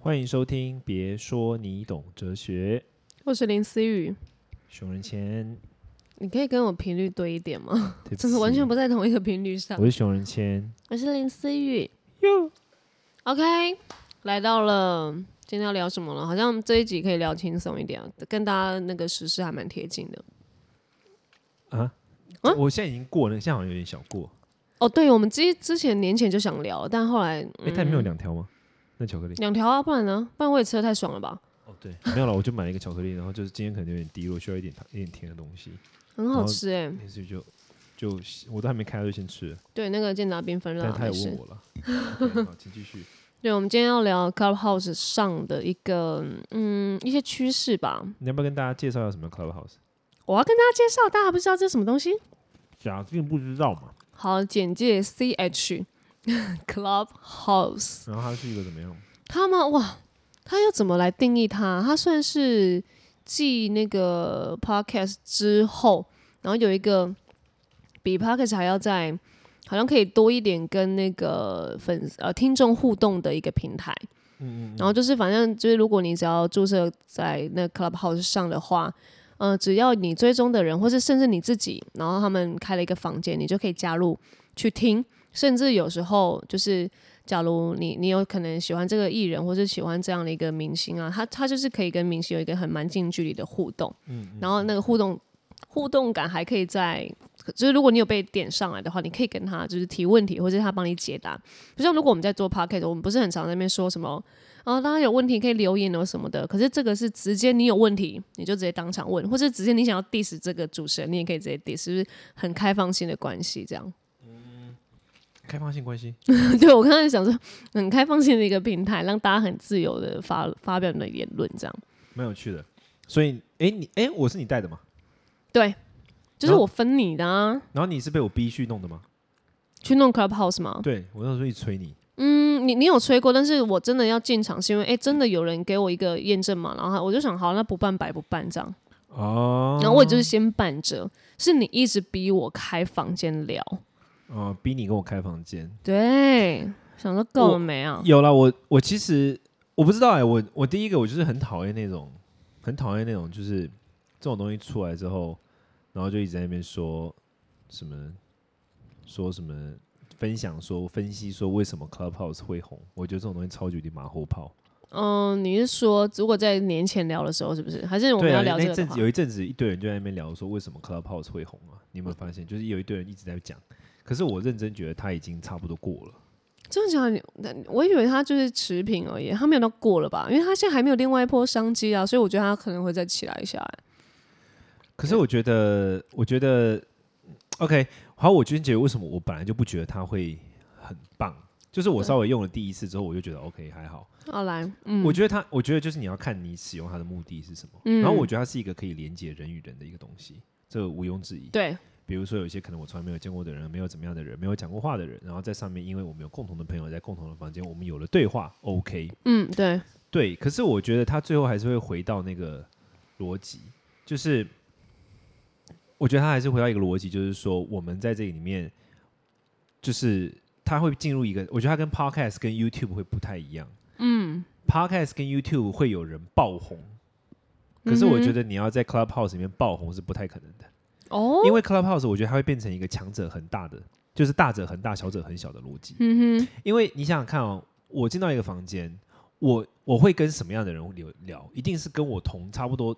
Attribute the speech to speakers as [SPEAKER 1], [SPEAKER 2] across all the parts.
[SPEAKER 1] 欢迎收听，别说你懂哲学，
[SPEAKER 2] 我是林思雨，
[SPEAKER 1] 熊仁谦，
[SPEAKER 2] 你可以跟我频率对一点吗？
[SPEAKER 1] 对不
[SPEAKER 2] 就是完全
[SPEAKER 1] 不，
[SPEAKER 2] 不在同一个频率上
[SPEAKER 1] 我。是熊仁谦，
[SPEAKER 2] 我是林思雨。OK，来到了今天要聊什么了？好像这一集可以聊轻松一点啊，跟大家那个时事还蛮贴近的。啊
[SPEAKER 1] 我现在已经过了，现在好像有点小过，
[SPEAKER 2] 哦，对，我们之之前年前就想聊，但后来
[SPEAKER 1] 哎、但没有两条吗？那巧克力？
[SPEAKER 2] 两条啊，不然呢？不然我也吃的太爽了吧，
[SPEAKER 1] 哦，对，没有了，我就买了一个巧克力，然后就是今天可能有点低落，需要一点糖、一点甜的东西，
[SPEAKER 2] 很
[SPEAKER 1] 哦
[SPEAKER 2] 好吃哎、
[SPEAKER 1] 那所以就就我都还没开就先吃了，
[SPEAKER 2] 对，那个健达缤纷
[SPEAKER 1] 但
[SPEAKER 2] 啦，
[SPEAKER 1] 他也
[SPEAKER 2] 还是
[SPEAKER 1] 问我了 OK，好， 请继续。
[SPEAKER 2] 对，我们今天要聊 Clubhouse 上的一个嗯一些趋势吧。
[SPEAKER 1] 你要不要跟大家介绍一下什么 Clubhouse？
[SPEAKER 2] 我要跟大家介绍，大家还不知道这是什么东西？
[SPEAKER 1] 假定不知道嘛，
[SPEAKER 2] 好，简介 C H Clubhouse，
[SPEAKER 1] 然后它是一个怎么样？
[SPEAKER 2] 他们哇，他要怎么来定义它？它算是继那个 Podcast 之后，然后有一个比 Podcast 还要在，好像可以多一点跟那个粉丝呃听众互动的一个平台。
[SPEAKER 1] 嗯嗯
[SPEAKER 2] 然后就是反正就是，如果你只要注册在那 Clubhouse 上的话，嗯、只要你追踪的人，或是甚至你自己，然后他们开了一个房间，你就可以加入去听。甚至有时候就是，假如你你有可能喜欢这个艺人，或是喜欢这样的一个明星啊，他他就是可以跟明星有一个很蛮近距离的互动，
[SPEAKER 1] 嗯
[SPEAKER 2] 然后那个互动互动感还可以在，就是如果你有被点上来的话，你可以跟他就是提问题，或者他帮你解答。不像如果我们在做 p o c a s t 我们不是很常在那边说什么，啊，大家有问题可以留言哦什么的。可是这个是直接你有问题，你就直接当场问，或者直接你想要 diss 这个主持人，你也可以直接 diss，就是很开放性的关系这样。
[SPEAKER 1] 开放性关系，
[SPEAKER 2] 对我刚才想说，很开放性的一个平台，让大家很自由的发发表你的言论这样。
[SPEAKER 1] 蛮有趣的。所以，哎，你哎，我是你带的嘛？
[SPEAKER 2] 对，就是
[SPEAKER 1] 然后
[SPEAKER 2] 我分你的啊，
[SPEAKER 1] 然后你是被我逼去弄的吗？
[SPEAKER 2] 去弄 Clubhouse 嘛。
[SPEAKER 1] 对我那时候一催你，
[SPEAKER 2] 嗯，你你有吹过，但是我真的要进场是因为，哎、真的有人给我一个验证码，然后我就想，好，那不办白不办这样，
[SPEAKER 1] 哦
[SPEAKER 2] 然后我也就是先办着，是你一直逼我开房间聊，
[SPEAKER 1] 哦，逼你跟我开房间。
[SPEAKER 2] 对，想说够
[SPEAKER 1] 我
[SPEAKER 2] 了没啊？
[SPEAKER 1] 有啦，我我其实我不知道哎、我我第一个我就是很讨厌那种，很讨厌那种，就是这种东西出来之后，然后就一直在那边说什么说什么分享说分析说为什么 Clubhouse 会红，我觉得这种东西超级无敌马后炮。
[SPEAKER 2] 嗯，你是说如果在年前聊的时候，是不是？还是我们
[SPEAKER 1] 对
[SPEAKER 2] 要
[SPEAKER 1] 啊，
[SPEAKER 2] 聊
[SPEAKER 1] 那
[SPEAKER 2] 这
[SPEAKER 1] 一
[SPEAKER 2] 个的
[SPEAKER 1] 阵
[SPEAKER 2] 话
[SPEAKER 1] 子？有一阵子一堆人就在那边聊说为什么 Clubhouse 会红啊？你有没有发现，就是有一堆人一直在讲，可是我认真觉得他已经差不多过了。
[SPEAKER 2] 真的假的你？那我以为他就是持平而已，他没有到过了吧？因为他现在还没有另外一波商机啊，所以我觉得他可能会再起来一下、哎
[SPEAKER 1] 可是我觉得，我觉得，OK，好，我娟姐为什么我本来就不觉得他会很棒？就是我
[SPEAKER 2] 对
[SPEAKER 1] 稍微用了第一次之后，我就觉得 OK 还好。
[SPEAKER 2] 好来，嗯，
[SPEAKER 1] 我觉得他，我觉得就是你要看你使用它的目的是什么。
[SPEAKER 2] 嗯
[SPEAKER 1] 然后我觉得它是一个可以连接人与人的一个东西，这个毋庸置疑。
[SPEAKER 2] 对，
[SPEAKER 1] 比如说有一些可能我从来没有见过的人，没有怎么样的人，没有讲过话的人，然后在上面，因为我们有共同的朋友，在共同的房间，我们有了对话，OK，
[SPEAKER 2] 嗯，对，
[SPEAKER 1] 对。可是我觉得他最后还是会回到那个逻辑，就是我觉得他还是回到一个逻辑，就是说我们在这里面，就是他会进入一个，我觉得他跟 Podcast 跟 YouTube 会不太一样，
[SPEAKER 2] 嗯，
[SPEAKER 1] Podcast 跟 YouTube 会有人爆红，可是我
[SPEAKER 2] 嗯哼
[SPEAKER 1] 觉得你要在 Clubhouse 里面爆红是不太可能的。
[SPEAKER 2] 哦，
[SPEAKER 1] 因为 Clubhouse 我觉得它会变成一个强者恒大的，就是大者恒大，小者恒小的逻辑。
[SPEAKER 2] 嗯哼，
[SPEAKER 1] 因为你想想看哦，我进到一个房间，我我会跟什么样的人聊聊？一定是跟我同差不多，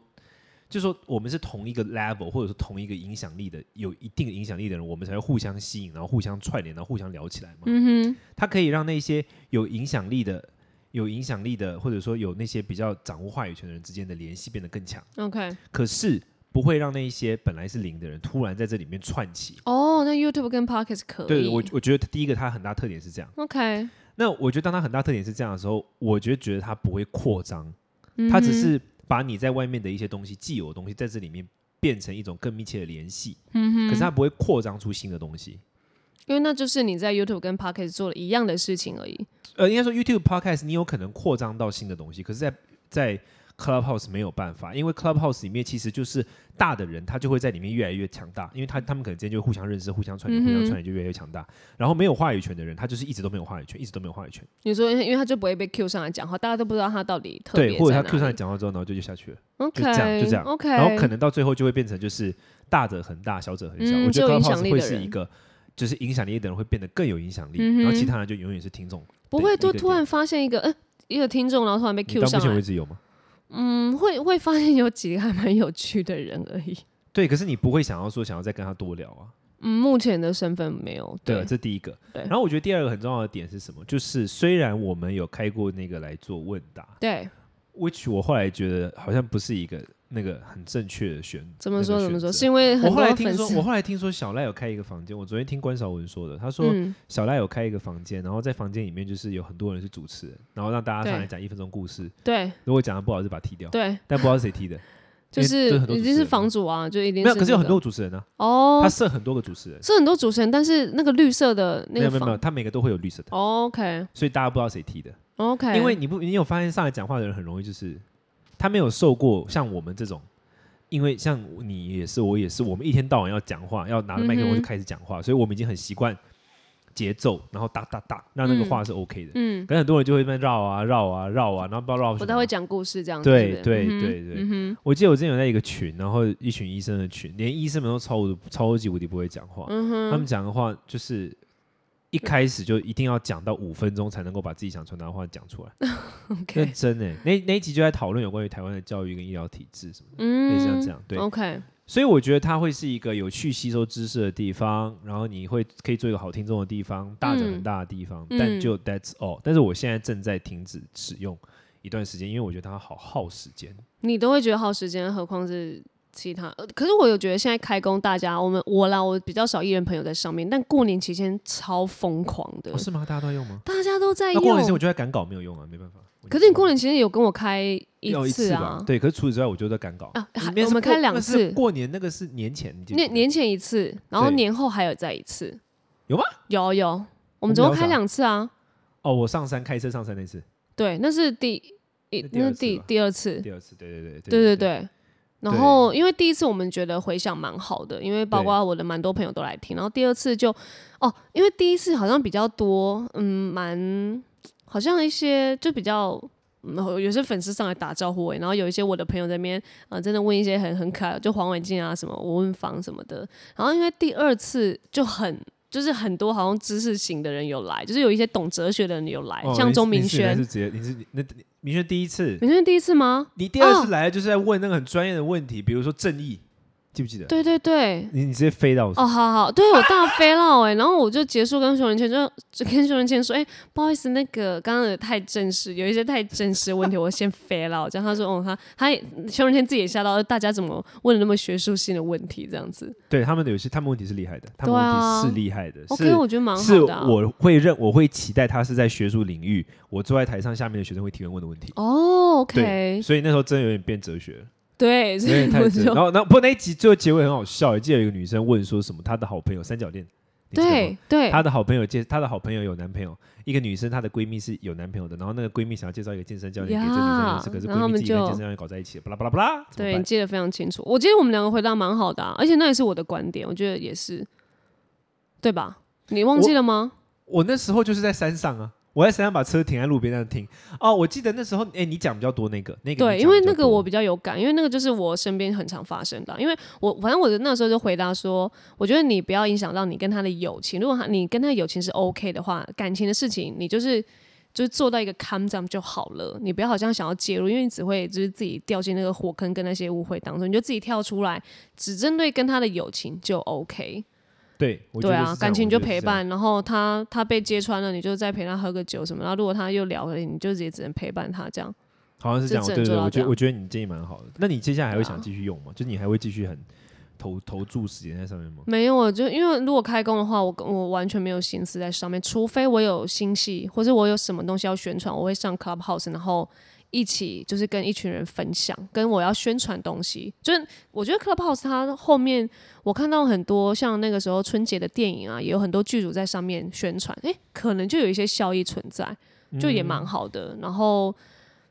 [SPEAKER 1] 就说我们是同一个 level，或者是同一个影响力的，有一定影响力的人，我们才会互相吸引，然后互相串联，然后互相聊起来嘛。
[SPEAKER 2] 嗯哼，
[SPEAKER 1] 它可以让那些有影响力的、有影响力的，或者说有那些比较掌握话语权的人之间的联系变得更强。
[SPEAKER 2] OK，
[SPEAKER 1] 可是不会让那一些本来是零的人突然在这里面串起。
[SPEAKER 2] 哦，那 YouTube 跟 Podcast 可以。
[SPEAKER 1] 对我，我觉得第一个它很大特点是这样。
[SPEAKER 2] OK，
[SPEAKER 1] 那我觉得当它很大特点是这样的时候，我就觉得它不会扩张，
[SPEAKER 2] 嗯
[SPEAKER 1] 它
[SPEAKER 2] 哼
[SPEAKER 1] 只是把你在外面的一些东西、既有的东西在这里面变成一种更密切的联系。嗯可是它不会扩张出新的东西。
[SPEAKER 2] 因为那就是你在 YouTube 跟 Podcast 做了一样的事情而已。
[SPEAKER 1] 呃，应该说 YouTube podcast 你有可能扩张到新的东西，可是在，在 Clubhouse 没有办法，因为 Clubhouse 里面其实就是大的人，他就会在里面越来越强大，因为他他们可能之间就互相认识、互相串
[SPEAKER 2] 嗯
[SPEAKER 1] 联、互相串联就越来越强大。然后没有话语权的人，他就是一直都没有话语权，一直都没有话语权。
[SPEAKER 2] 你说，因为他就不会被 Q 上来讲话，大家都不知道他到底特别
[SPEAKER 1] 对，或者他
[SPEAKER 2] 在
[SPEAKER 1] Q 上
[SPEAKER 2] 哪
[SPEAKER 1] 来
[SPEAKER 2] 里
[SPEAKER 1] 讲话之后，然后就就下去了，
[SPEAKER 2] OK，
[SPEAKER 1] 就这样就这样
[SPEAKER 2] OK，
[SPEAKER 1] 然后可能到最后就会变成就是大者很大，小者很小。
[SPEAKER 2] 嗯
[SPEAKER 1] 我觉得
[SPEAKER 2] 就有影响
[SPEAKER 1] Clubhouse
[SPEAKER 2] 力的
[SPEAKER 1] 会
[SPEAKER 2] 人
[SPEAKER 1] 是一个。就是影响力的人会变得更有影响力，
[SPEAKER 2] 嗯哼
[SPEAKER 1] 然后其他人就永远是听众。
[SPEAKER 2] 不会
[SPEAKER 1] 对对
[SPEAKER 2] 就
[SPEAKER 1] 对
[SPEAKER 2] 突然发现一个，呃，一个听众然后突然被
[SPEAKER 1] 你
[SPEAKER 2] Q
[SPEAKER 1] 到目
[SPEAKER 2] 上
[SPEAKER 1] 前为
[SPEAKER 2] 来，
[SPEAKER 1] 止有吗？
[SPEAKER 2] 嗯，会会发现有几个还蛮有趣的人而已。
[SPEAKER 1] 对，可是你不会想要说想要再跟他多聊啊。
[SPEAKER 2] 嗯，目前的身份没有。
[SPEAKER 1] 对，啊
[SPEAKER 2] 对，
[SPEAKER 1] 这第一个。
[SPEAKER 2] 对
[SPEAKER 1] 然后我觉得第二个很重要的点是什么？就是虽然我们有开过那个来做问答
[SPEAKER 2] 对，
[SPEAKER 1] ，which 我后来觉得好像不是一个那个很正确的选。
[SPEAKER 2] 怎么
[SPEAKER 1] 那
[SPEAKER 2] 说
[SPEAKER 1] 个
[SPEAKER 2] 怎么
[SPEAKER 1] 选
[SPEAKER 2] 说？
[SPEAKER 1] 择
[SPEAKER 2] 是因为
[SPEAKER 1] 我
[SPEAKER 2] 很
[SPEAKER 1] 后
[SPEAKER 2] 多
[SPEAKER 1] 来听
[SPEAKER 2] 粉
[SPEAKER 1] 说，
[SPEAKER 2] 丝
[SPEAKER 1] 我，后来听说小赖有开一个房间，我昨天听关少文说的，他说
[SPEAKER 2] 嗯，
[SPEAKER 1] 小赖有开一个房间，然后在房间里面就是有很多人是主持人，然后让大家上来讲一分钟故 事，
[SPEAKER 2] 对
[SPEAKER 1] 如果讲的不好就把它踢掉，
[SPEAKER 2] 对，
[SPEAKER 1] 但不知道是谁踢的，
[SPEAKER 2] 就
[SPEAKER 1] 哦因为
[SPEAKER 2] 是
[SPEAKER 1] 对很多
[SPEAKER 2] 已
[SPEAKER 1] 主
[SPEAKER 2] 经
[SPEAKER 1] 持
[SPEAKER 2] 是
[SPEAKER 1] 人
[SPEAKER 2] 房主啊，就一定
[SPEAKER 1] 没有，可是有
[SPEAKER 2] 那
[SPEAKER 1] 很
[SPEAKER 2] 个
[SPEAKER 1] 多主持人啊，
[SPEAKER 2] 哦
[SPEAKER 1] 他，设很多个主持人，
[SPEAKER 2] 是很多主持人，但是那个绿色的哦
[SPEAKER 1] 没
[SPEAKER 2] 那
[SPEAKER 1] 有没有
[SPEAKER 2] 个
[SPEAKER 1] 没有，
[SPEAKER 2] 房哦
[SPEAKER 1] 他每个都会有绿色的，
[SPEAKER 2] ，OK
[SPEAKER 1] 所以大家不知道谁踢的。
[SPEAKER 2] OK，
[SPEAKER 1] 因为你不，你有发现上来讲话的人很容易就是，他没有受过像我们这种，因为像你也是，我也是，我们一天到晚要讲话，要拿着麦克
[SPEAKER 2] 嗯
[SPEAKER 1] 风
[SPEAKER 2] 哼
[SPEAKER 1] 就开始讲话，所以我们已经很习惯节奏，然后哒哒哒，那那个
[SPEAKER 2] 嗯
[SPEAKER 1] 话是 OK 的。
[SPEAKER 2] 嗯，
[SPEAKER 1] 可是很多人就会在那边绕啊绕啊绕啊，然后不知道绕
[SPEAKER 2] 不
[SPEAKER 1] 什
[SPEAKER 2] 太会
[SPEAKER 1] 么。
[SPEAKER 2] 讲故事这样子，
[SPEAKER 1] 对
[SPEAKER 2] 是不是
[SPEAKER 1] 对
[SPEAKER 2] 嗯哼
[SPEAKER 1] 对对
[SPEAKER 2] 嗯哼
[SPEAKER 1] 我记得我之前有在一个群，然后一群医生的群，连医生们都超无超级无敌不会讲话，
[SPEAKER 2] 嗯
[SPEAKER 1] 他
[SPEAKER 2] 哼，
[SPEAKER 1] 们讲的话就是一开始就一定要讲到五分钟才能够把自己想传达的话讲出来。认
[SPEAKER 2] OK，
[SPEAKER 1] 真诶，那那一集就在讨论有关于台湾的教育跟医疗体制什么的，类似像
[SPEAKER 2] 嗯，
[SPEAKER 1] 这样对。
[SPEAKER 2] ，OK，
[SPEAKER 1] 所以我觉得它会是一个有趣吸收知识的地方，然后你会可以做一个好听众的地方，大者很大的地方，
[SPEAKER 2] 嗯
[SPEAKER 1] 但就 that's all。但是我现在正在停止使用一段时间，因为我觉得它好耗时间。
[SPEAKER 2] 你都会觉得耗时间，何况是其他。呃可是我有觉得现在开工，大家我们我啦，我比较少艺人朋友在上面，但过年期间超疯狂的，
[SPEAKER 1] 哦，是吗？大家都在用吗？
[SPEAKER 2] 大家都在
[SPEAKER 1] 那
[SPEAKER 2] 用。
[SPEAKER 1] 过年期间我就在赶稿，没有用啊，没办法。我就
[SPEAKER 2] 可是你过年期间有跟我开
[SPEAKER 1] 要一
[SPEAKER 2] 次
[SPEAKER 1] 吧
[SPEAKER 2] 啊？
[SPEAKER 1] 对，可是除此之外我就在赶稿
[SPEAKER 2] 啊
[SPEAKER 1] 里
[SPEAKER 2] 还
[SPEAKER 1] 面是
[SPEAKER 2] 我们
[SPEAKER 1] 过
[SPEAKER 2] 开两
[SPEAKER 1] 那是
[SPEAKER 2] 次
[SPEAKER 1] 过年那个是年前，你记不记
[SPEAKER 2] 年
[SPEAKER 1] 得
[SPEAKER 2] 年前一次，然后
[SPEAKER 1] 对
[SPEAKER 2] 年后还有再一次，
[SPEAKER 1] 有吗？
[SPEAKER 2] 有有，我
[SPEAKER 1] 我
[SPEAKER 2] 们
[SPEAKER 1] 们
[SPEAKER 2] 总共
[SPEAKER 1] 聊
[SPEAKER 2] 开
[SPEAKER 1] 啥
[SPEAKER 2] 两次啊。
[SPEAKER 1] 哦，我上山开车上山那次，
[SPEAKER 2] 对，那是第一
[SPEAKER 1] 那，第二
[SPEAKER 2] 那
[SPEAKER 1] 次
[SPEAKER 2] 第
[SPEAKER 1] 吧
[SPEAKER 2] 第二次，
[SPEAKER 1] 第二次，对对对
[SPEAKER 2] 对
[SPEAKER 1] 对。
[SPEAKER 2] 对对。然后，因为第一次我们觉得回响蛮好的，因为包括我的蛮多朋友都来听。然后第二次就，哦，因为第一次好像比较多，嗯，蛮好像一些就比较，嗯、有些粉丝上来打招呼、欸，然后有一些我的朋友在那边，呃，真的问一些很很可爱，就黄伟静啊什么，我问房什么的。然后因为第二次就很。就是很多好像知识型的人有来，就是有一些懂哲学的人有来，
[SPEAKER 1] 哦
[SPEAKER 2] 像
[SPEAKER 1] 你
[SPEAKER 2] 钟
[SPEAKER 1] 是
[SPEAKER 2] 明
[SPEAKER 1] 你是原来
[SPEAKER 2] 轩，嗯
[SPEAKER 1] 是直接你是你那你明轩第一次，
[SPEAKER 2] 明轩第一次吗？
[SPEAKER 1] 你第二
[SPEAKER 2] 哦
[SPEAKER 1] 次来就是在问那个很专业的问题，比如说正义，记不记得？，
[SPEAKER 2] 对对对，
[SPEAKER 1] 你你直接飞到我身
[SPEAKER 2] 哦，好好，对我大飞了哎、然后我就结束跟熊仁谦就就跟熊仁谦说，哎、不好意思，那个刚刚有太正式，有一些太正式的问题，我先飞了。 这样他说，哦，他他也熊仁谦自己也吓到，大家怎么问了那么学术性的问题这样子
[SPEAKER 1] 对他们有些他们问题是厉害的，他们
[SPEAKER 2] 对啊
[SPEAKER 1] 问题是厉害的，
[SPEAKER 2] ？OK，
[SPEAKER 1] 是
[SPEAKER 2] 我觉得蛮
[SPEAKER 1] 是
[SPEAKER 2] 好的、啊。
[SPEAKER 1] 我会认我会期待他是在学术领域，我坐在台上下面的学生会提问问的问题。
[SPEAKER 2] 哦
[SPEAKER 1] 对，
[SPEAKER 2] ，OK，
[SPEAKER 1] 所以那时候真的有点变哲 学了，
[SPEAKER 2] 对，
[SPEAKER 1] 有
[SPEAKER 2] 所以
[SPEAKER 1] 点太
[SPEAKER 2] 我
[SPEAKER 1] 哲。然
[SPEAKER 2] 就
[SPEAKER 1] 后，然后不过那一集最后结尾很好笑，欸记得有一个女生问说什么她的好朋友三角恋，你记得吗，
[SPEAKER 2] 对对
[SPEAKER 1] 她的好朋友介，她的好朋友有男朋友，一个女生，她的闺蜜是有男朋友的，然后那个闺蜜想要介绍一个健身教练给这个女生认识，
[SPEAKER 2] 呀
[SPEAKER 1] 可是
[SPEAKER 2] 然后
[SPEAKER 1] 闺
[SPEAKER 2] 他
[SPEAKER 1] 蜜
[SPEAKER 2] 们
[SPEAKER 1] 自己跟
[SPEAKER 2] 就
[SPEAKER 1] 健身教练搞在一起，巴拉巴拉巴拉，怎么
[SPEAKER 2] 对，你
[SPEAKER 1] 办？
[SPEAKER 2] 记得非常清楚。我记得我们两个回答蛮好的、啊，而且那也是我的观点，我觉得也是，对吧？你忘记了吗？
[SPEAKER 1] 我那时候就是在山上啊，我在山上把车停在路边那听。哦，我记得那时候，哎，你讲比较多那个，那个
[SPEAKER 2] 对，
[SPEAKER 1] 你讲
[SPEAKER 2] 因为
[SPEAKER 1] 比较
[SPEAKER 2] 那个我
[SPEAKER 1] 多
[SPEAKER 2] 比较有感，因为那个就是我身边很常发生的啊。因为我反正我那时候就回答说，我觉得你不要影响到你跟他的友情。如果他你跟他友情是 OK 的话，感情的事情你就是就是做到一个 calm down 就好了，你不要好像想要介入，因为你只会就是自己掉进那个火坑跟那些误会当中，你就自己跳出来，只针对跟他的友情就 OK。
[SPEAKER 1] 对，我觉
[SPEAKER 2] 对
[SPEAKER 1] 得
[SPEAKER 2] 啊
[SPEAKER 1] 是，这
[SPEAKER 2] 感
[SPEAKER 1] 样
[SPEAKER 2] 情
[SPEAKER 1] 我
[SPEAKER 2] 就
[SPEAKER 1] 觉得
[SPEAKER 2] 陪
[SPEAKER 1] 是这样
[SPEAKER 2] 伴，然后他他被揭穿了，你就再陪他喝个酒什么。然后如果他又聊了，你就也只能陪伴他这样。
[SPEAKER 1] 好像是这样，
[SPEAKER 2] 就
[SPEAKER 1] 对
[SPEAKER 2] 只
[SPEAKER 1] 对对，
[SPEAKER 2] 能做到
[SPEAKER 1] 我觉
[SPEAKER 2] 这
[SPEAKER 1] 得
[SPEAKER 2] 样
[SPEAKER 1] 我觉得你建议蛮好的。那你接下来还会
[SPEAKER 2] 对
[SPEAKER 1] 想
[SPEAKER 2] 啊
[SPEAKER 1] 继续用吗？就你还会继续很投投注时间在上面吗？
[SPEAKER 2] 没有，啊我就因为如果开工的话，我我完全没有心思在上面，除非我有新戏或者我有什么东西要宣传，我会上 Clubhouse，然后一起就是跟一群人分享，跟我要宣传东西。就是我觉得 Clubhouse 它后面我看到很多像那个时候春节的电影啊，也有很多剧组在上
[SPEAKER 1] 嗯
[SPEAKER 2] 面宣传，诶，可能就有一些效益存在，就也蛮好的。然后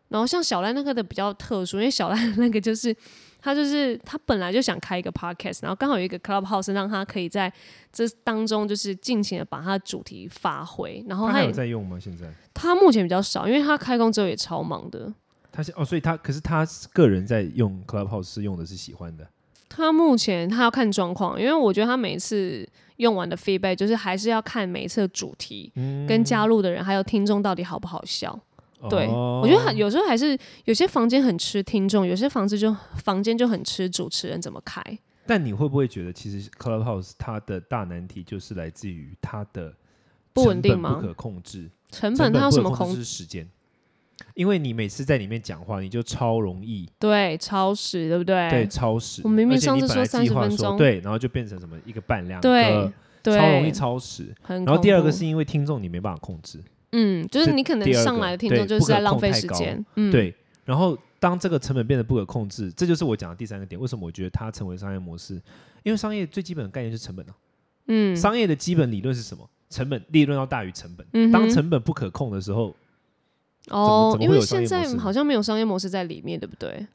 [SPEAKER 2] 然后像小赖那个的比较特殊，因为小赖那个就是他就是他本来就想开一个 podcast，然后刚好有一个 clubhouse 让他可以在这当中就是尽情的把他的主题发挥，然后
[SPEAKER 1] 他
[SPEAKER 2] 他
[SPEAKER 1] 还
[SPEAKER 2] 也
[SPEAKER 1] 有在用吗？现在
[SPEAKER 2] 他目前比较少，因为他开工之后也超忙的。
[SPEAKER 1] 他现哦，所以他可是他个人在用 Clubhouse 是用的是喜欢的，
[SPEAKER 2] 他目前他要看状况，因为我觉得他每一次用完的 feedback 就是还是要看每一次的主题、
[SPEAKER 1] 嗯
[SPEAKER 2] 跟加入的人还有听众到底好不好笑。对，
[SPEAKER 1] 哦
[SPEAKER 2] 我觉得很有时候还是有些房间很吃听众，有些房子就房间就很吃主持人怎么开。
[SPEAKER 1] 但你会不会觉得，其实 Clubhouse 它的大难题就是来自于它的
[SPEAKER 2] 不稳定
[SPEAKER 1] 成本
[SPEAKER 2] 吗
[SPEAKER 1] 不可控制，
[SPEAKER 2] 成
[SPEAKER 1] 成
[SPEAKER 2] 本它有什
[SPEAKER 1] 不
[SPEAKER 2] 么
[SPEAKER 1] 可控
[SPEAKER 2] 空
[SPEAKER 1] 制？是时间，因为你每次在里面讲话，你就超容易
[SPEAKER 2] 对，超时，对不
[SPEAKER 1] 对超时。
[SPEAKER 2] 我明明
[SPEAKER 1] 而且
[SPEAKER 2] 上
[SPEAKER 1] 你
[SPEAKER 2] 次
[SPEAKER 1] 本
[SPEAKER 2] 说
[SPEAKER 1] 来计
[SPEAKER 2] 30
[SPEAKER 1] 划
[SPEAKER 2] 分钟
[SPEAKER 1] 对，然后就变成什么一个半两
[SPEAKER 2] 对
[SPEAKER 1] 个，
[SPEAKER 2] 对，
[SPEAKER 1] 超容易超时。
[SPEAKER 2] 很恐怖。
[SPEAKER 1] 然后第二个是因为听众你没办法控制，
[SPEAKER 2] 嗯，就是
[SPEAKER 1] 这
[SPEAKER 2] 你可能
[SPEAKER 1] 第二
[SPEAKER 2] 上
[SPEAKER 1] 个
[SPEAKER 2] 来的听
[SPEAKER 1] 对
[SPEAKER 2] 众就
[SPEAKER 1] 不
[SPEAKER 2] 是在
[SPEAKER 1] 可
[SPEAKER 2] 浪
[SPEAKER 1] 控
[SPEAKER 2] 费
[SPEAKER 1] 太
[SPEAKER 2] 时
[SPEAKER 1] 高
[SPEAKER 2] 间。嗯，
[SPEAKER 1] 对。然后当这个成本变得不可控制，这就是我讲的第三个点。为什么我觉得它成为商业模式？因为商业最基本的概念是成本啊。
[SPEAKER 2] 嗯，
[SPEAKER 1] 商业的基本理论是什么？成本利润要大于成本。
[SPEAKER 2] 嗯哼
[SPEAKER 1] 当成本不可控的时候，
[SPEAKER 2] 哦，
[SPEAKER 1] 怎么
[SPEAKER 2] 因
[SPEAKER 1] 会
[SPEAKER 2] 为
[SPEAKER 1] 有商
[SPEAKER 2] 现
[SPEAKER 1] 业模
[SPEAKER 2] 在
[SPEAKER 1] 式
[SPEAKER 2] 好像没有商业模式在里面，对不对？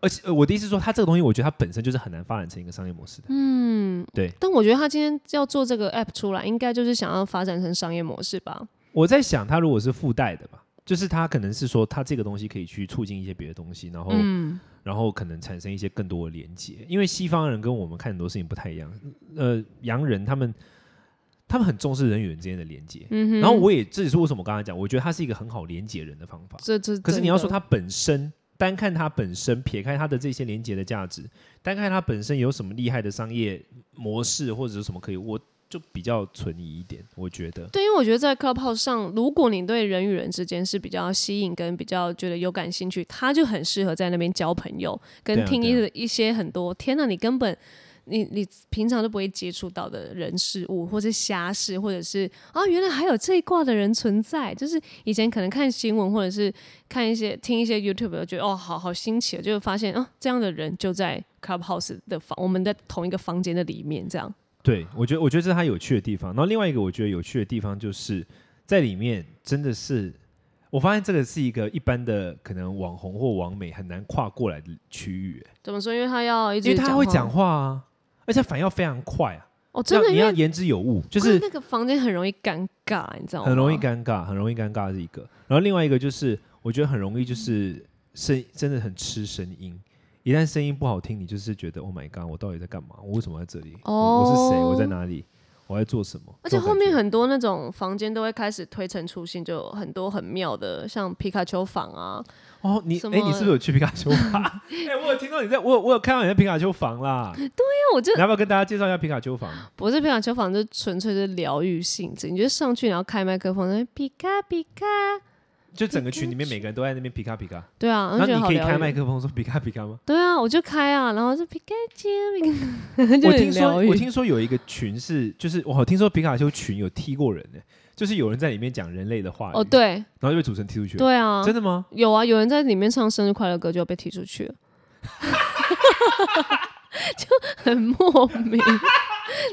[SPEAKER 1] 而且、呃、我的意思是说，它这个东西，我觉得它本身就是很难发展成一个商业模式的。
[SPEAKER 2] 嗯，
[SPEAKER 1] 对。
[SPEAKER 2] 但我觉得他今天要做这个 app 出来，应该就是想要发展成商业模式吧？
[SPEAKER 1] 我在想，它如果是附带的吧，就是它可能是说，它这个东西可以去促进一些别的东西，然后、
[SPEAKER 2] 嗯，
[SPEAKER 1] 然后可能产生一些更多的连接。因为西方人跟我们看很多事情不太一样，呃，洋人他们他们很重视人与人之间的连接。
[SPEAKER 2] 嗯哼
[SPEAKER 1] 然后我也这也是为什么我刚才讲，我觉得它是一个很好连接人的方法。
[SPEAKER 2] 这这，
[SPEAKER 1] 可是你要说
[SPEAKER 2] 他
[SPEAKER 1] 它本身，单看它本身，撇开它的这些连接的价值，单看它本身有什么厉害的商业模式或者是什么可以，我就比较存疑一点。我觉得，
[SPEAKER 2] 对，因为我觉得在 Clubhouse 上，如果你对人与人之间是比较吸引跟比较觉得有感兴趣，他就很适合在那边交朋友，
[SPEAKER 1] 对
[SPEAKER 2] 跟
[SPEAKER 1] 啊
[SPEAKER 2] 听一
[SPEAKER 1] 对
[SPEAKER 2] 一些很多天呐，你根本。你你平常都不会接触到的人事物，或是瞎事，或者是啊，原来还有这一卦的人存在。就是以前可能看新闻，或者是看一些听一些 YouTube，觉得哦，好好新奇哦，就会发现啊，这样的人就在 Clubhouse 的房，我们在同一个房间的里面，这样。
[SPEAKER 1] 对我觉得，我觉得这是它有趣的地方。然后另外一个我觉得有趣的地方就是在里面真的是。我发现这个是一个一般的可能网红或网美很难跨过来的区域，欸
[SPEAKER 2] 怎么说？因为他要一直
[SPEAKER 1] 因为他会
[SPEAKER 2] 话
[SPEAKER 1] 讲话啊，而且反应要非常快啊，
[SPEAKER 2] 哦，真的，
[SPEAKER 1] 要
[SPEAKER 2] 因
[SPEAKER 1] 你
[SPEAKER 2] 为
[SPEAKER 1] 要言之有物，就
[SPEAKER 2] 不然
[SPEAKER 1] 是
[SPEAKER 2] 那个房间很容易尴尬，你知道吗？
[SPEAKER 1] 很容易尴尬，很容易尴尬是一个。然后另外一个就是，我觉得很容易就是声真的很吃声音，一旦声音不好听，你就是觉得 Oh my God，我到底在干嘛？我为什么在这里？我我是谁？
[SPEAKER 2] 哦
[SPEAKER 1] 我在哪里？我在做什么？
[SPEAKER 2] 而且
[SPEAKER 1] 这
[SPEAKER 2] 后面
[SPEAKER 1] 种感觉
[SPEAKER 2] 很多那种房间都会开始推陈出新，就有很多很妙的，像皮卡丘房啊，
[SPEAKER 1] 哦，你
[SPEAKER 2] 什么
[SPEAKER 1] 哎，你是不是有去皮卡丘 房？哎，我有听到你在，我有我有看到你在皮卡丘房啦。你
[SPEAKER 2] 因为我就
[SPEAKER 1] 要不要跟大家介绍一下皮卡丘房？
[SPEAKER 2] 不是皮卡丘房，就纯粹是疗愈性质。你就上去，然后开麦克风，那边皮卡皮卡，
[SPEAKER 1] 就整个群里面每个人都在那边皮卡皮卡，
[SPEAKER 2] 对啊，
[SPEAKER 1] 然
[SPEAKER 2] 就
[SPEAKER 1] 后
[SPEAKER 2] 觉得
[SPEAKER 1] 你
[SPEAKER 2] 好
[SPEAKER 1] 可以开
[SPEAKER 2] 疗
[SPEAKER 1] 麦
[SPEAKER 2] 愈。
[SPEAKER 1] 克风说皮卡皮卡 吗？
[SPEAKER 2] 对啊，我就开啊，然后就皮卡丘，皮卡 就
[SPEAKER 1] 我
[SPEAKER 2] 很
[SPEAKER 1] 听说，
[SPEAKER 2] 疗愈
[SPEAKER 1] 我听说有一个群是，就是我好听说皮卡丘群有踢过人呢、就是有人在里面讲人类的话语，
[SPEAKER 2] 哦，，对
[SPEAKER 1] 然后就被主持人踢出去了，
[SPEAKER 2] 对啊，
[SPEAKER 1] 真的吗？
[SPEAKER 2] 有啊，有人在里面唱生日快乐歌就被踢出去了， 就很莫名，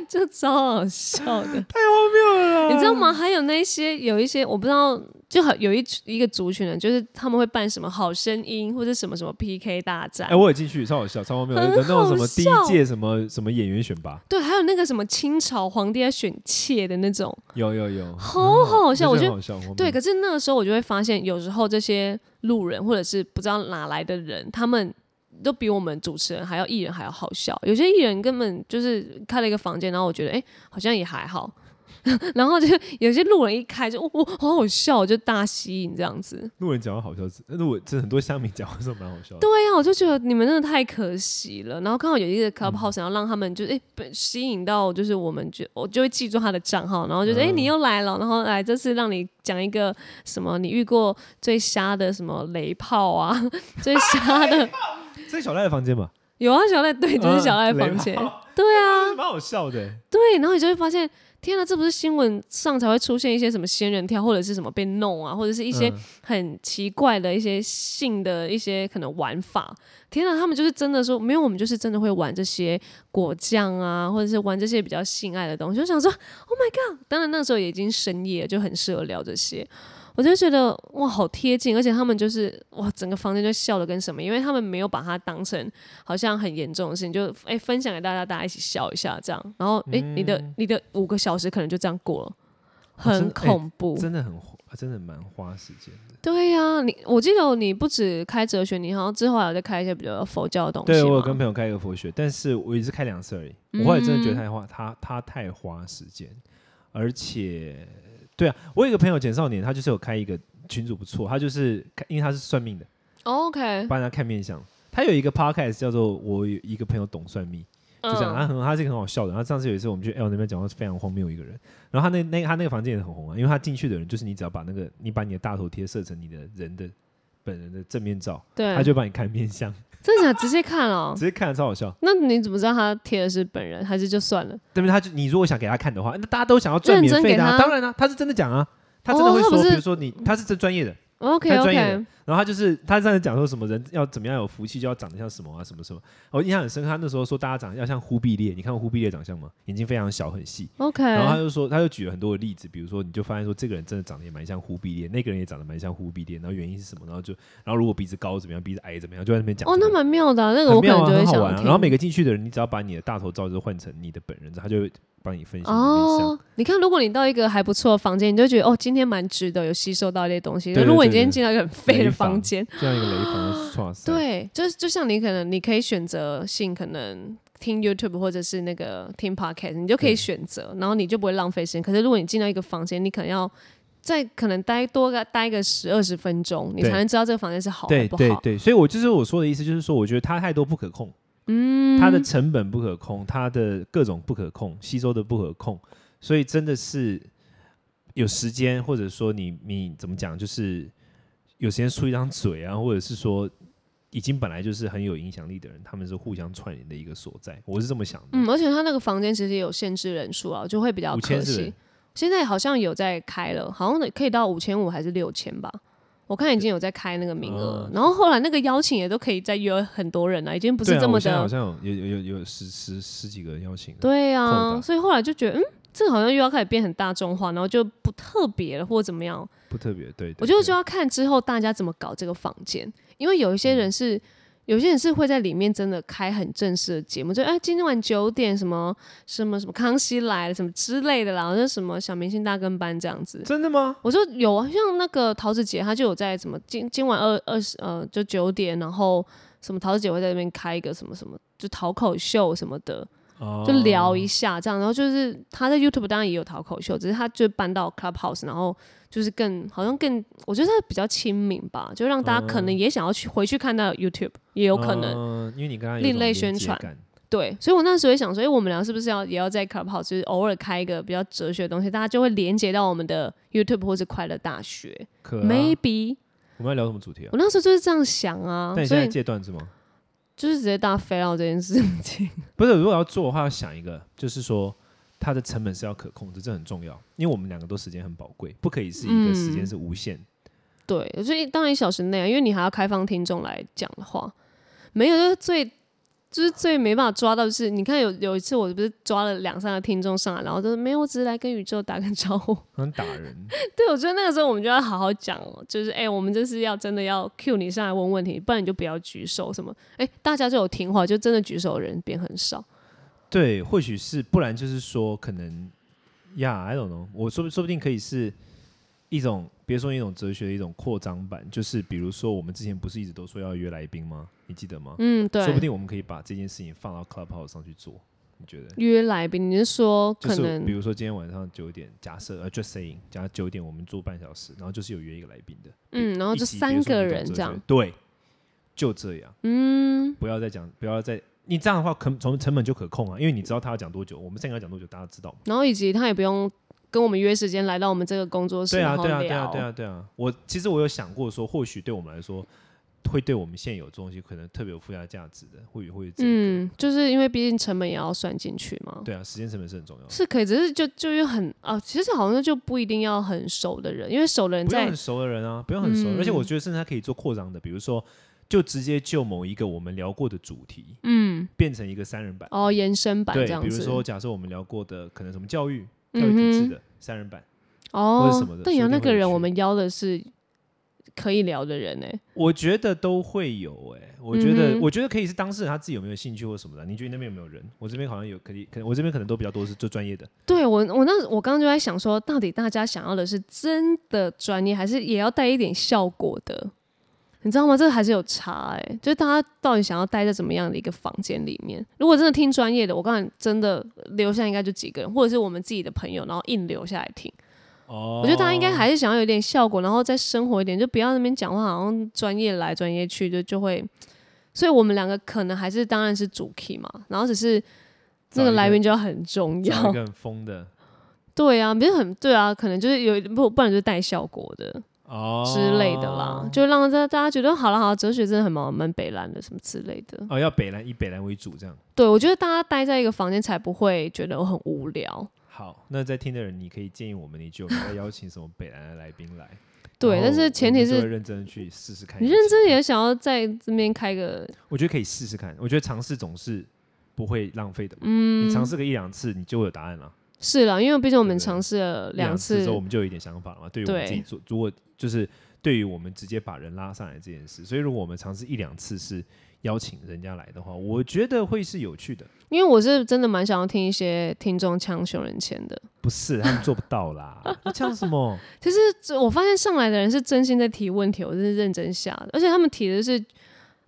[SPEAKER 2] 就超好笑的，太荒谬了。你知道吗？还有那些有一些我不知道，就很有一一个族群人，就是他们会办什么好声音或者什么什么 PK 大战。
[SPEAKER 1] 哎、我有进去，超好笑，超荒谬，
[SPEAKER 2] 很
[SPEAKER 1] 有那种什
[SPEAKER 2] 好
[SPEAKER 1] 么第
[SPEAKER 2] 笑
[SPEAKER 1] 一届什么什么演员选拔，
[SPEAKER 2] 对，还有那个什么清朝皇帝在选妾的那种，
[SPEAKER 1] 有有有，
[SPEAKER 2] 好好笑。我觉
[SPEAKER 1] 真的
[SPEAKER 2] 得
[SPEAKER 1] 很好笑，荒谬
[SPEAKER 2] 对，可是那个时候我就会发现，有时候这些路人或者是不知道哪来的人，他们都比我们主持人还要艺人还要好笑。有些艺人根本就是开了一个房间，然后我觉得哎、诶好像也还好， 然后就有些路人一开就我、哦、好好笑，就大吸引这样子。
[SPEAKER 1] 路人讲话好笑，路人这很多乡民讲话是蛮好笑的，
[SPEAKER 2] 对呀、啊我就觉得你们真的太可惜了。然后刚好有一
[SPEAKER 1] 嗯
[SPEAKER 2] 个 Clubhouse，然后让他们就哎、诶被吸引到，就是我们就我就会记住他的账号，然后就是哎、诶
[SPEAKER 1] 嗯
[SPEAKER 2] 你又来了，然后来这次让你讲一个什么你遇过最瞎的什么雷炮啊， 最瞎的
[SPEAKER 1] 这是小赖的房间吧？
[SPEAKER 2] 有啊小赖对，就是小赖
[SPEAKER 1] 嗯雷
[SPEAKER 2] 房间，
[SPEAKER 1] 炮
[SPEAKER 2] 对啊，
[SPEAKER 1] 蛮好笑的、
[SPEAKER 2] 对，然后你就会发现。天啊呐，这不是新闻上才会出现一些什么仙人跳，或者是什么被弄啊，或者是一些
[SPEAKER 1] 嗯
[SPEAKER 2] 很奇怪的一些性的一些可能玩法。天哪，他们就是真的说没有，我们就是真的会玩这些果酱啊，或者是玩这些比较性爱的东西。我想说，Oh my god！当然那时候也已经深夜了，就很适合聊这些。我
[SPEAKER 1] 哎
[SPEAKER 2] 就觉得哇，好贴近，而且他们就是哇，整个房间就笑的跟什么，因为他们没有把它当成好像很严重的事情，就哎、分享给大家，大家一起笑一下这样。然后哎、你的你的五个小时可能就这样过了，
[SPEAKER 1] 嗯真
[SPEAKER 2] 很
[SPEAKER 1] 的哎
[SPEAKER 2] 恐怖。
[SPEAKER 1] 真的很花，真的蛮花时间的。
[SPEAKER 2] 对呀、你我记得你不止开哲学，你好像之后还有在开一些比较佛教的东西嘛。
[SPEAKER 1] 对我有跟朋友开一个佛学，但是我也是开两次而已。
[SPEAKER 2] 嗯
[SPEAKER 1] 我后来真的觉得太花，他他太花时间，而且对啊，我有一个朋友简少年，他就是有开一个群组，不错，他就是开因为他是算命的，
[SPEAKER 2] 哦 OK，
[SPEAKER 1] 帮人家看面相。他有一个 podcast 叫做《我有一个朋友懂算命》，就这样，啊他
[SPEAKER 2] 嗯、
[SPEAKER 1] 很他是一个很好笑的。然后上次有一次我们去 L 那边讲到非常荒谬一个人，然后他那那他那个房间也很红啊，因为他进去的人就是你只要把那个你把你的大头贴设成你的人的本人的正面照，
[SPEAKER 2] 对，
[SPEAKER 1] 他就帮你看面相，
[SPEAKER 2] 真的假的直接看哦
[SPEAKER 1] 直。接看了超好笑。
[SPEAKER 2] 那你怎么知道他贴的是本人，还是就算了？
[SPEAKER 1] 对面他就你如果想给他看的话，那大家都想要赚免费的、
[SPEAKER 2] 认真
[SPEAKER 1] 啊，
[SPEAKER 2] 给他
[SPEAKER 1] 当然啦、他是真的讲啊，他真的会
[SPEAKER 2] 哦他
[SPEAKER 1] 说，
[SPEAKER 2] 不是
[SPEAKER 1] 比如说你他是这专业的，
[SPEAKER 2] OK
[SPEAKER 1] 太专业
[SPEAKER 2] OK，
[SPEAKER 1] 了然后他就是他上次讲说什么人要怎么样有福气，就要长得像什么啊，什么什么。我印象很深刻，他那时候说大家长得要像忽必烈，你看过忽必烈长相吗？眼睛非常小，很细。
[SPEAKER 2] OK，
[SPEAKER 1] 然后他就说，他就举了很多的例子，比如说你就发现说这个人真的长得也蛮像忽必烈，那个人也长得蛮像忽必烈，然后原因是什么？然后就然后如果鼻子高怎么样，鼻子矮怎么样，就在那边讲这
[SPEAKER 2] 哦，
[SPEAKER 1] 个。
[SPEAKER 2] 那蛮妙的啊、那个我
[SPEAKER 1] 很
[SPEAKER 2] 可
[SPEAKER 1] 妙
[SPEAKER 2] 能
[SPEAKER 1] 啊，
[SPEAKER 2] 就会
[SPEAKER 1] 很好
[SPEAKER 2] 想
[SPEAKER 1] 玩、啊。
[SPEAKER 2] 听。
[SPEAKER 1] 然后每个进去的人，你只要把你的大头照就换成你的本人，他就会帮你分析你的面相。
[SPEAKER 2] 哦，你看，如果你到一个还不错的房间，你就觉得哦，今天蛮值得，有吸收到一些东西。
[SPEAKER 1] 对对
[SPEAKER 2] 如果你
[SPEAKER 1] 对
[SPEAKER 2] 今天
[SPEAKER 1] 对
[SPEAKER 2] 进到一个很废的
[SPEAKER 1] 没房
[SPEAKER 2] 房间，
[SPEAKER 1] 这样一个雷房，哇塞！，
[SPEAKER 2] 对，就是就像你可能你可以选择性可能听 YouTube 或者是那个听 Podcast，你就可以
[SPEAKER 1] 对
[SPEAKER 2] 选择，然后你就不会浪费时间。可是如果你进到一个房间，你可能要再可能待多个待个十二十分钟，你
[SPEAKER 1] 对
[SPEAKER 2] 才能知道这个房间是好还
[SPEAKER 1] 对
[SPEAKER 2] 不好。
[SPEAKER 1] 对对，所以我就是我说的意思，就是说，我觉得它太多不可控，嗯，它的成本不可控，它的各种不可控，吸收的不可控，所以真的是有时间，或者说你你怎么讲，就是有时间出一张嘴啊，或者是说已经本来就是很有影响力的人，他们是互相串联的一个所在，我是这么想的。
[SPEAKER 2] 嗯，而且他那个房间其实也有限制人数啊，就会比较
[SPEAKER 1] 五
[SPEAKER 2] 可
[SPEAKER 1] 千是不
[SPEAKER 2] 惜
[SPEAKER 1] 是。
[SPEAKER 2] 现在好像有在开了，好像可以到五千五还是六千吧。我看已经有在开那个名额，
[SPEAKER 1] 哦
[SPEAKER 2] 然后后来那个邀请也都可以再约很多人了，已经不
[SPEAKER 1] 对
[SPEAKER 2] 是这
[SPEAKER 1] 啊，
[SPEAKER 2] 么
[SPEAKER 1] 我现
[SPEAKER 2] 的。
[SPEAKER 1] 在好像有有有有有十十十几个人邀请了，
[SPEAKER 2] 对
[SPEAKER 1] 扣
[SPEAKER 2] 啊，
[SPEAKER 1] 打
[SPEAKER 2] 所以后来就觉得，嗯，这个好像又要开始变很大众化，然后就不特别了，或者怎么样。
[SPEAKER 1] 不特别对。对
[SPEAKER 2] 我觉得
[SPEAKER 1] 对
[SPEAKER 2] 就要看之后大家怎么搞这个房间，因为有一些人
[SPEAKER 1] 嗯
[SPEAKER 2] 是。有些人是会在里面真的开很正式的节目，就哎，今晚九点什么什么什么康熙来了什么之类的啦，然后就什么小明星大跟班这样子。
[SPEAKER 1] 真的吗？
[SPEAKER 2] 我说有啊，像那个桃子姐，她就有在什么今今晚二二十呃就九点，然后什么桃子姐会在那边开一个什么什么就讨口秀什么的，
[SPEAKER 1] 哦
[SPEAKER 2] 就聊一下这样，然后就是他在 YouTube 当然也有讨口秀，只是他就搬到 Clubhouse，然后就是更好像更，我觉得他比较亲民吧，就让大家可能
[SPEAKER 1] 哦
[SPEAKER 2] 也想要去回去看到 YouTube，也有可能、
[SPEAKER 1] 嗯因为你刚刚
[SPEAKER 2] 另类宣传对，所以我那时候也想说，哎、我们俩是不是要也要在 Clubhouse 就是偶尔开一个比较哲学的东西，大家就会连接到我们的 YouTube 或是快乐大学、
[SPEAKER 1] 可、啊、
[SPEAKER 2] m a y b e
[SPEAKER 1] 我们要聊什么主题啊？
[SPEAKER 2] 我那时候就是这样想啊
[SPEAKER 1] 但，你
[SPEAKER 2] 所
[SPEAKER 1] 现在
[SPEAKER 2] 以
[SPEAKER 1] 戒断是吗？
[SPEAKER 2] 就是直接大飞到这件事情，
[SPEAKER 1] 不是，如果要做的话，要想一个，就是说它的成本是要可控制，这很重要，因为我们两个都时间很宝贵，不可以是一个时
[SPEAKER 2] 嗯
[SPEAKER 1] 间是无限。
[SPEAKER 2] 对，所以当然一小时内啊，因为你还要开放听众来讲的话，没有就是最就是最没办法抓到，就是你看有有一次我不是抓了两三个听众上来，然后就是没有，我只是来跟宇宙打个 招呼。
[SPEAKER 1] 很打人，
[SPEAKER 2] 对，我觉得那个时候我们就要好好讲哦，就是哎、我们这是要真的要 cue 你上来问问题，不然你就不要举手什么。哎、大家就有听话，就真的举手的人变很少。
[SPEAKER 1] 哦对，或许是，不然就是说，可能呀、i don't know，我说不说不定可以是一种，别说一种哲学的一种扩张版，就是比如说我们之前不是一直都说要约来宾吗？你记得吗？
[SPEAKER 2] 嗯，对。
[SPEAKER 1] 说不定我们可以把这件事情放到 Clubhouse 上去做，你觉得？
[SPEAKER 2] 约来宾，你是说
[SPEAKER 1] 就
[SPEAKER 2] 可
[SPEAKER 1] 是
[SPEAKER 2] 能
[SPEAKER 1] 比如说今天晚上九点，假设呃，just saying，假设九点我们做半小时，然后就是有约一个来宾的，
[SPEAKER 2] 嗯，然后
[SPEAKER 1] 一
[SPEAKER 2] 就
[SPEAKER 1] 集比
[SPEAKER 2] 三
[SPEAKER 1] 如说
[SPEAKER 2] 个
[SPEAKER 1] 你懂
[SPEAKER 2] 人
[SPEAKER 1] 哲
[SPEAKER 2] 这
[SPEAKER 1] 学
[SPEAKER 2] 样，，
[SPEAKER 1] 对，就这样，
[SPEAKER 2] 嗯，
[SPEAKER 1] 不要再讲，不要再你这样的话，可从成本就可控啊，因为你知道他要讲多久，我们三个要讲多久，大家知道嘛？
[SPEAKER 2] 然后以及他也不用跟我们约时间来到我们这个工作室，
[SPEAKER 1] 对啊，
[SPEAKER 2] 然后
[SPEAKER 1] 对
[SPEAKER 2] 聊。
[SPEAKER 1] 啊，对啊，对啊，对啊，我其实我有想过说，或许对我们来说，会对我们现有的东西可能特别有附加价值的，或许会是这个，
[SPEAKER 2] 嗯，就是因为毕竟成本也要算进去嘛。
[SPEAKER 1] 对啊，时间成本是很重要的，
[SPEAKER 2] 是可以，只是就就又很啊，其实好像就不一定要很熟的人，因为熟的人
[SPEAKER 1] 不用
[SPEAKER 2] 在嗯
[SPEAKER 1] 很熟的人啊，不用很熟，而且我觉得甚至它可以做扩张的，比如说，就直接就某一个我们聊过的主题，嗯，变成一个三人版，
[SPEAKER 2] 哦延伸版
[SPEAKER 1] 对
[SPEAKER 2] 这，样
[SPEAKER 1] 比如
[SPEAKER 2] 子。嗯
[SPEAKER 1] 说假设我们聊过的可能什么教育、教育体制的、三人版，或
[SPEAKER 2] 哦
[SPEAKER 1] 者什么的，
[SPEAKER 2] 但
[SPEAKER 1] 说
[SPEAKER 2] 有
[SPEAKER 1] 不定
[SPEAKER 2] 那
[SPEAKER 1] 会
[SPEAKER 2] 个
[SPEAKER 1] 有
[SPEAKER 2] 人，
[SPEAKER 1] 趣
[SPEAKER 2] 我们邀的是可以聊的人呢、欸
[SPEAKER 1] 我觉得都会有哎、我觉得、
[SPEAKER 2] 嗯哼
[SPEAKER 1] 我觉得可以是当事人他自己有没有兴趣或什么的。你觉得你那边有没有人？我这边好像有，可以，可能我这边可能都比较多是做专业的。
[SPEAKER 2] 对我，我那我刚刚就在想说，到底大家想要的是真的专业，还是也要带一点效果的？你知道吗？这个还是有差哎、就是大家到底想要待在怎么样的一个房间里面？如果真的听专业的，我刚才真的留下应该就几个人，或者是我们自己的朋友，然后硬留下来听。
[SPEAKER 1] 哦
[SPEAKER 2] 我觉得大家应该还是想要有点效果，然后再生活一点，就不要那边讲话，好像专业来专业去，就就会。所以我们两个可能还是当然是主 key 嘛，然后只是
[SPEAKER 1] 找
[SPEAKER 2] 这个
[SPEAKER 1] 一个
[SPEAKER 2] 来源就要很重要。
[SPEAKER 1] 找一个很疯的
[SPEAKER 2] 对啊，不是很对啊，可能就是有不不然就是带效果的
[SPEAKER 1] 哦
[SPEAKER 2] 之类的啦，就让大大家觉得好了好了，哲学真的很蛮蛮北蓝的什么之类的。
[SPEAKER 1] 哦，要北蓝以北蓝为主这样。
[SPEAKER 2] 对，我觉得大家待在一个房间才不会觉得很无聊。
[SPEAKER 1] 好，那在听的人，你可以建议我们一句，我们 要邀请什么北蓝的来宾来。
[SPEAKER 2] 对，
[SPEAKER 1] 然后
[SPEAKER 2] 但是前提
[SPEAKER 1] 我们就会
[SPEAKER 2] 是
[SPEAKER 1] 认真地去试试看。
[SPEAKER 2] 你认真，也想要在这边开个
[SPEAKER 1] 我觉得可以试试看。我觉得尝试总是不会浪费的嘛。
[SPEAKER 2] 嗯
[SPEAKER 1] 你，尝试个一两次，你就会有答案了。
[SPEAKER 2] 是啦，因为毕竟我们
[SPEAKER 1] 对不对
[SPEAKER 2] 尝试了
[SPEAKER 1] 一两
[SPEAKER 2] 次
[SPEAKER 1] 之后，我们就有一点想法了嘛。对于我们自己
[SPEAKER 2] 对
[SPEAKER 1] 做，如果就是对于我们直接把人拉上来这件事，所以如果我们尝试一两次是邀请人家来的话，我觉得会是有趣的。
[SPEAKER 2] 因为我是真的蛮想要听一些听众呛熊人签的。
[SPEAKER 1] 不是，他们做不到 啦。那像什么？
[SPEAKER 2] 其实这我发现上来的人是真心在提问题，我真是认真下的，而且他们提的是，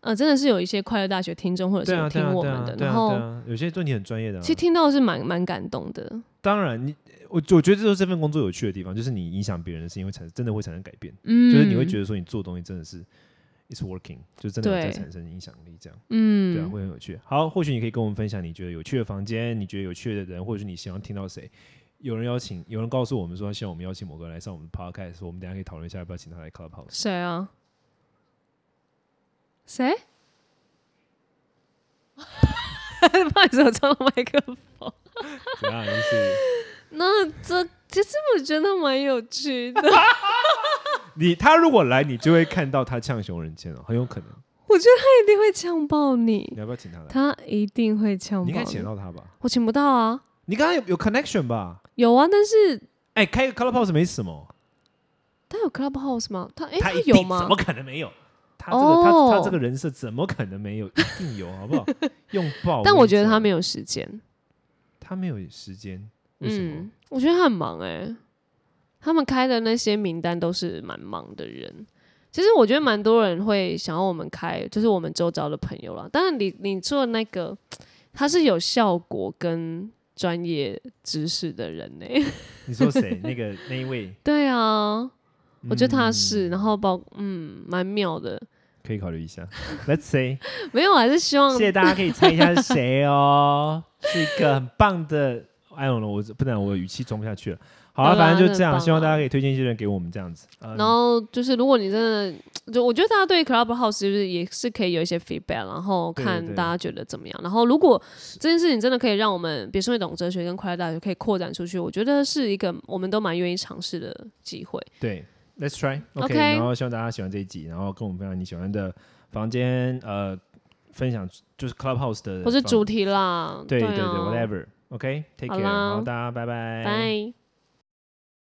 [SPEAKER 2] 呃，真的是有一些快乐大学听众或者
[SPEAKER 1] 对
[SPEAKER 2] 是有
[SPEAKER 1] 啊，对
[SPEAKER 2] 听
[SPEAKER 1] 啊，
[SPEAKER 2] 我
[SPEAKER 1] 对
[SPEAKER 2] 们
[SPEAKER 1] 啊
[SPEAKER 2] 的，，
[SPEAKER 1] 对
[SPEAKER 2] 然
[SPEAKER 1] 啊，
[SPEAKER 2] 后、
[SPEAKER 1] 对啊，有些问题很专业的啊
[SPEAKER 2] 其。实听到是蛮蛮感动的。
[SPEAKER 1] 当然，你我我觉得这就是这份工作有趣的地方，就是你影响别人的事情会产生，真的会产生改变，
[SPEAKER 2] 嗯，
[SPEAKER 1] 就是你会觉得说你做的东西真的是 it's working，就真的有在
[SPEAKER 2] 对
[SPEAKER 1] 产生影响力，这样
[SPEAKER 2] 嗯，
[SPEAKER 1] 对啊，会很有趣。好，或许你可以跟我们分享你觉得有趣的房间，你觉得有趣的人，或者你希望听到谁。有人邀请，有人告诉我们说，希望我们邀请某个人来上我们的 podcast，我们等一下可以讨论一下要不要请他来 Clubhouse。
[SPEAKER 2] 谁啊？谁？不好意思，我撞到麦克风。
[SPEAKER 1] 怎样？啊就是
[SPEAKER 2] 那这其实我觉得蛮有趣的，
[SPEAKER 1] 你他如果来，你就会看到他呛熊人间哦，很有可能。
[SPEAKER 2] 我觉得他一定会呛爆你
[SPEAKER 1] 你，要不要请他来？
[SPEAKER 2] 他欸一定会呛
[SPEAKER 1] 啊你应
[SPEAKER 2] 爆
[SPEAKER 1] 该请
[SPEAKER 2] 你
[SPEAKER 1] 得。到他吧？
[SPEAKER 2] 我请不到啊，
[SPEAKER 1] 你刚刚有有 connection 吧？
[SPEAKER 2] 有啊，但是
[SPEAKER 1] 哎、开个 Clubhouse 没什么。
[SPEAKER 2] 他有 Clubhouse 吗？他哎、
[SPEAKER 1] 他一定
[SPEAKER 2] 有吗哦
[SPEAKER 1] 怎么？可能没有？他这个、他他这个人设怎么可能没有？一定有，好不 好？用爆！
[SPEAKER 2] 但我觉得他没
[SPEAKER 1] 有，
[SPEAKER 2] 有时间。
[SPEAKER 1] 他没有时间，为什么？
[SPEAKER 2] 嗯，我觉得他很忙哎、他们开的那些名单都是蛮忙的人。其实我觉得蛮多人会想要我们开，就是我们周遭的朋友啦。当然你，你做那个，他是有效果跟专业知识的人呢、
[SPEAKER 1] 你说谁？那个那一位，
[SPEAKER 2] 对啊，我觉得他
[SPEAKER 1] 嗯
[SPEAKER 2] 是，然后包嗯蛮妙的。
[SPEAKER 1] 可以考虑一下。Let's say，
[SPEAKER 2] 没有，我还是希望
[SPEAKER 1] 谢谢大家可以猜一下是谁 哦，是一个很棒的。哎呦，我不然我语气装不下去了。好了，
[SPEAKER 2] 好啦
[SPEAKER 1] 反正就这
[SPEAKER 2] 那很棒
[SPEAKER 1] 样，
[SPEAKER 2] 啊
[SPEAKER 1] 希望大家可以推荐一些人给我们这样子。呃
[SPEAKER 2] 然后就是，如果你真的，就我觉得大家对 Clubhouse 就是也是可以有一些 feedback，然后
[SPEAKER 1] 对
[SPEAKER 2] 看
[SPEAKER 1] 对
[SPEAKER 2] 大家觉得怎么样。然后如果这件事情真的可以让我们，比如说你懂哲学跟快乐大学可以扩展出去，我觉得是一个我们都蛮愿意尝试的机会。
[SPEAKER 1] 对，Let's try。
[SPEAKER 2] OK
[SPEAKER 1] 然后希望大家喜欢这一集，然后跟我们分享你喜欢的房间，呃，分享就是 Clubhouse 的
[SPEAKER 2] 或是
[SPEAKER 1] 房
[SPEAKER 2] 主题啦，
[SPEAKER 1] 对对
[SPEAKER 2] 对
[SPEAKER 1] 对哎
[SPEAKER 2] 啊
[SPEAKER 1] ，whatever。OK，take
[SPEAKER 2] 好
[SPEAKER 1] care，
[SPEAKER 2] 啦
[SPEAKER 1] 好，大家拜拜，
[SPEAKER 2] 拜。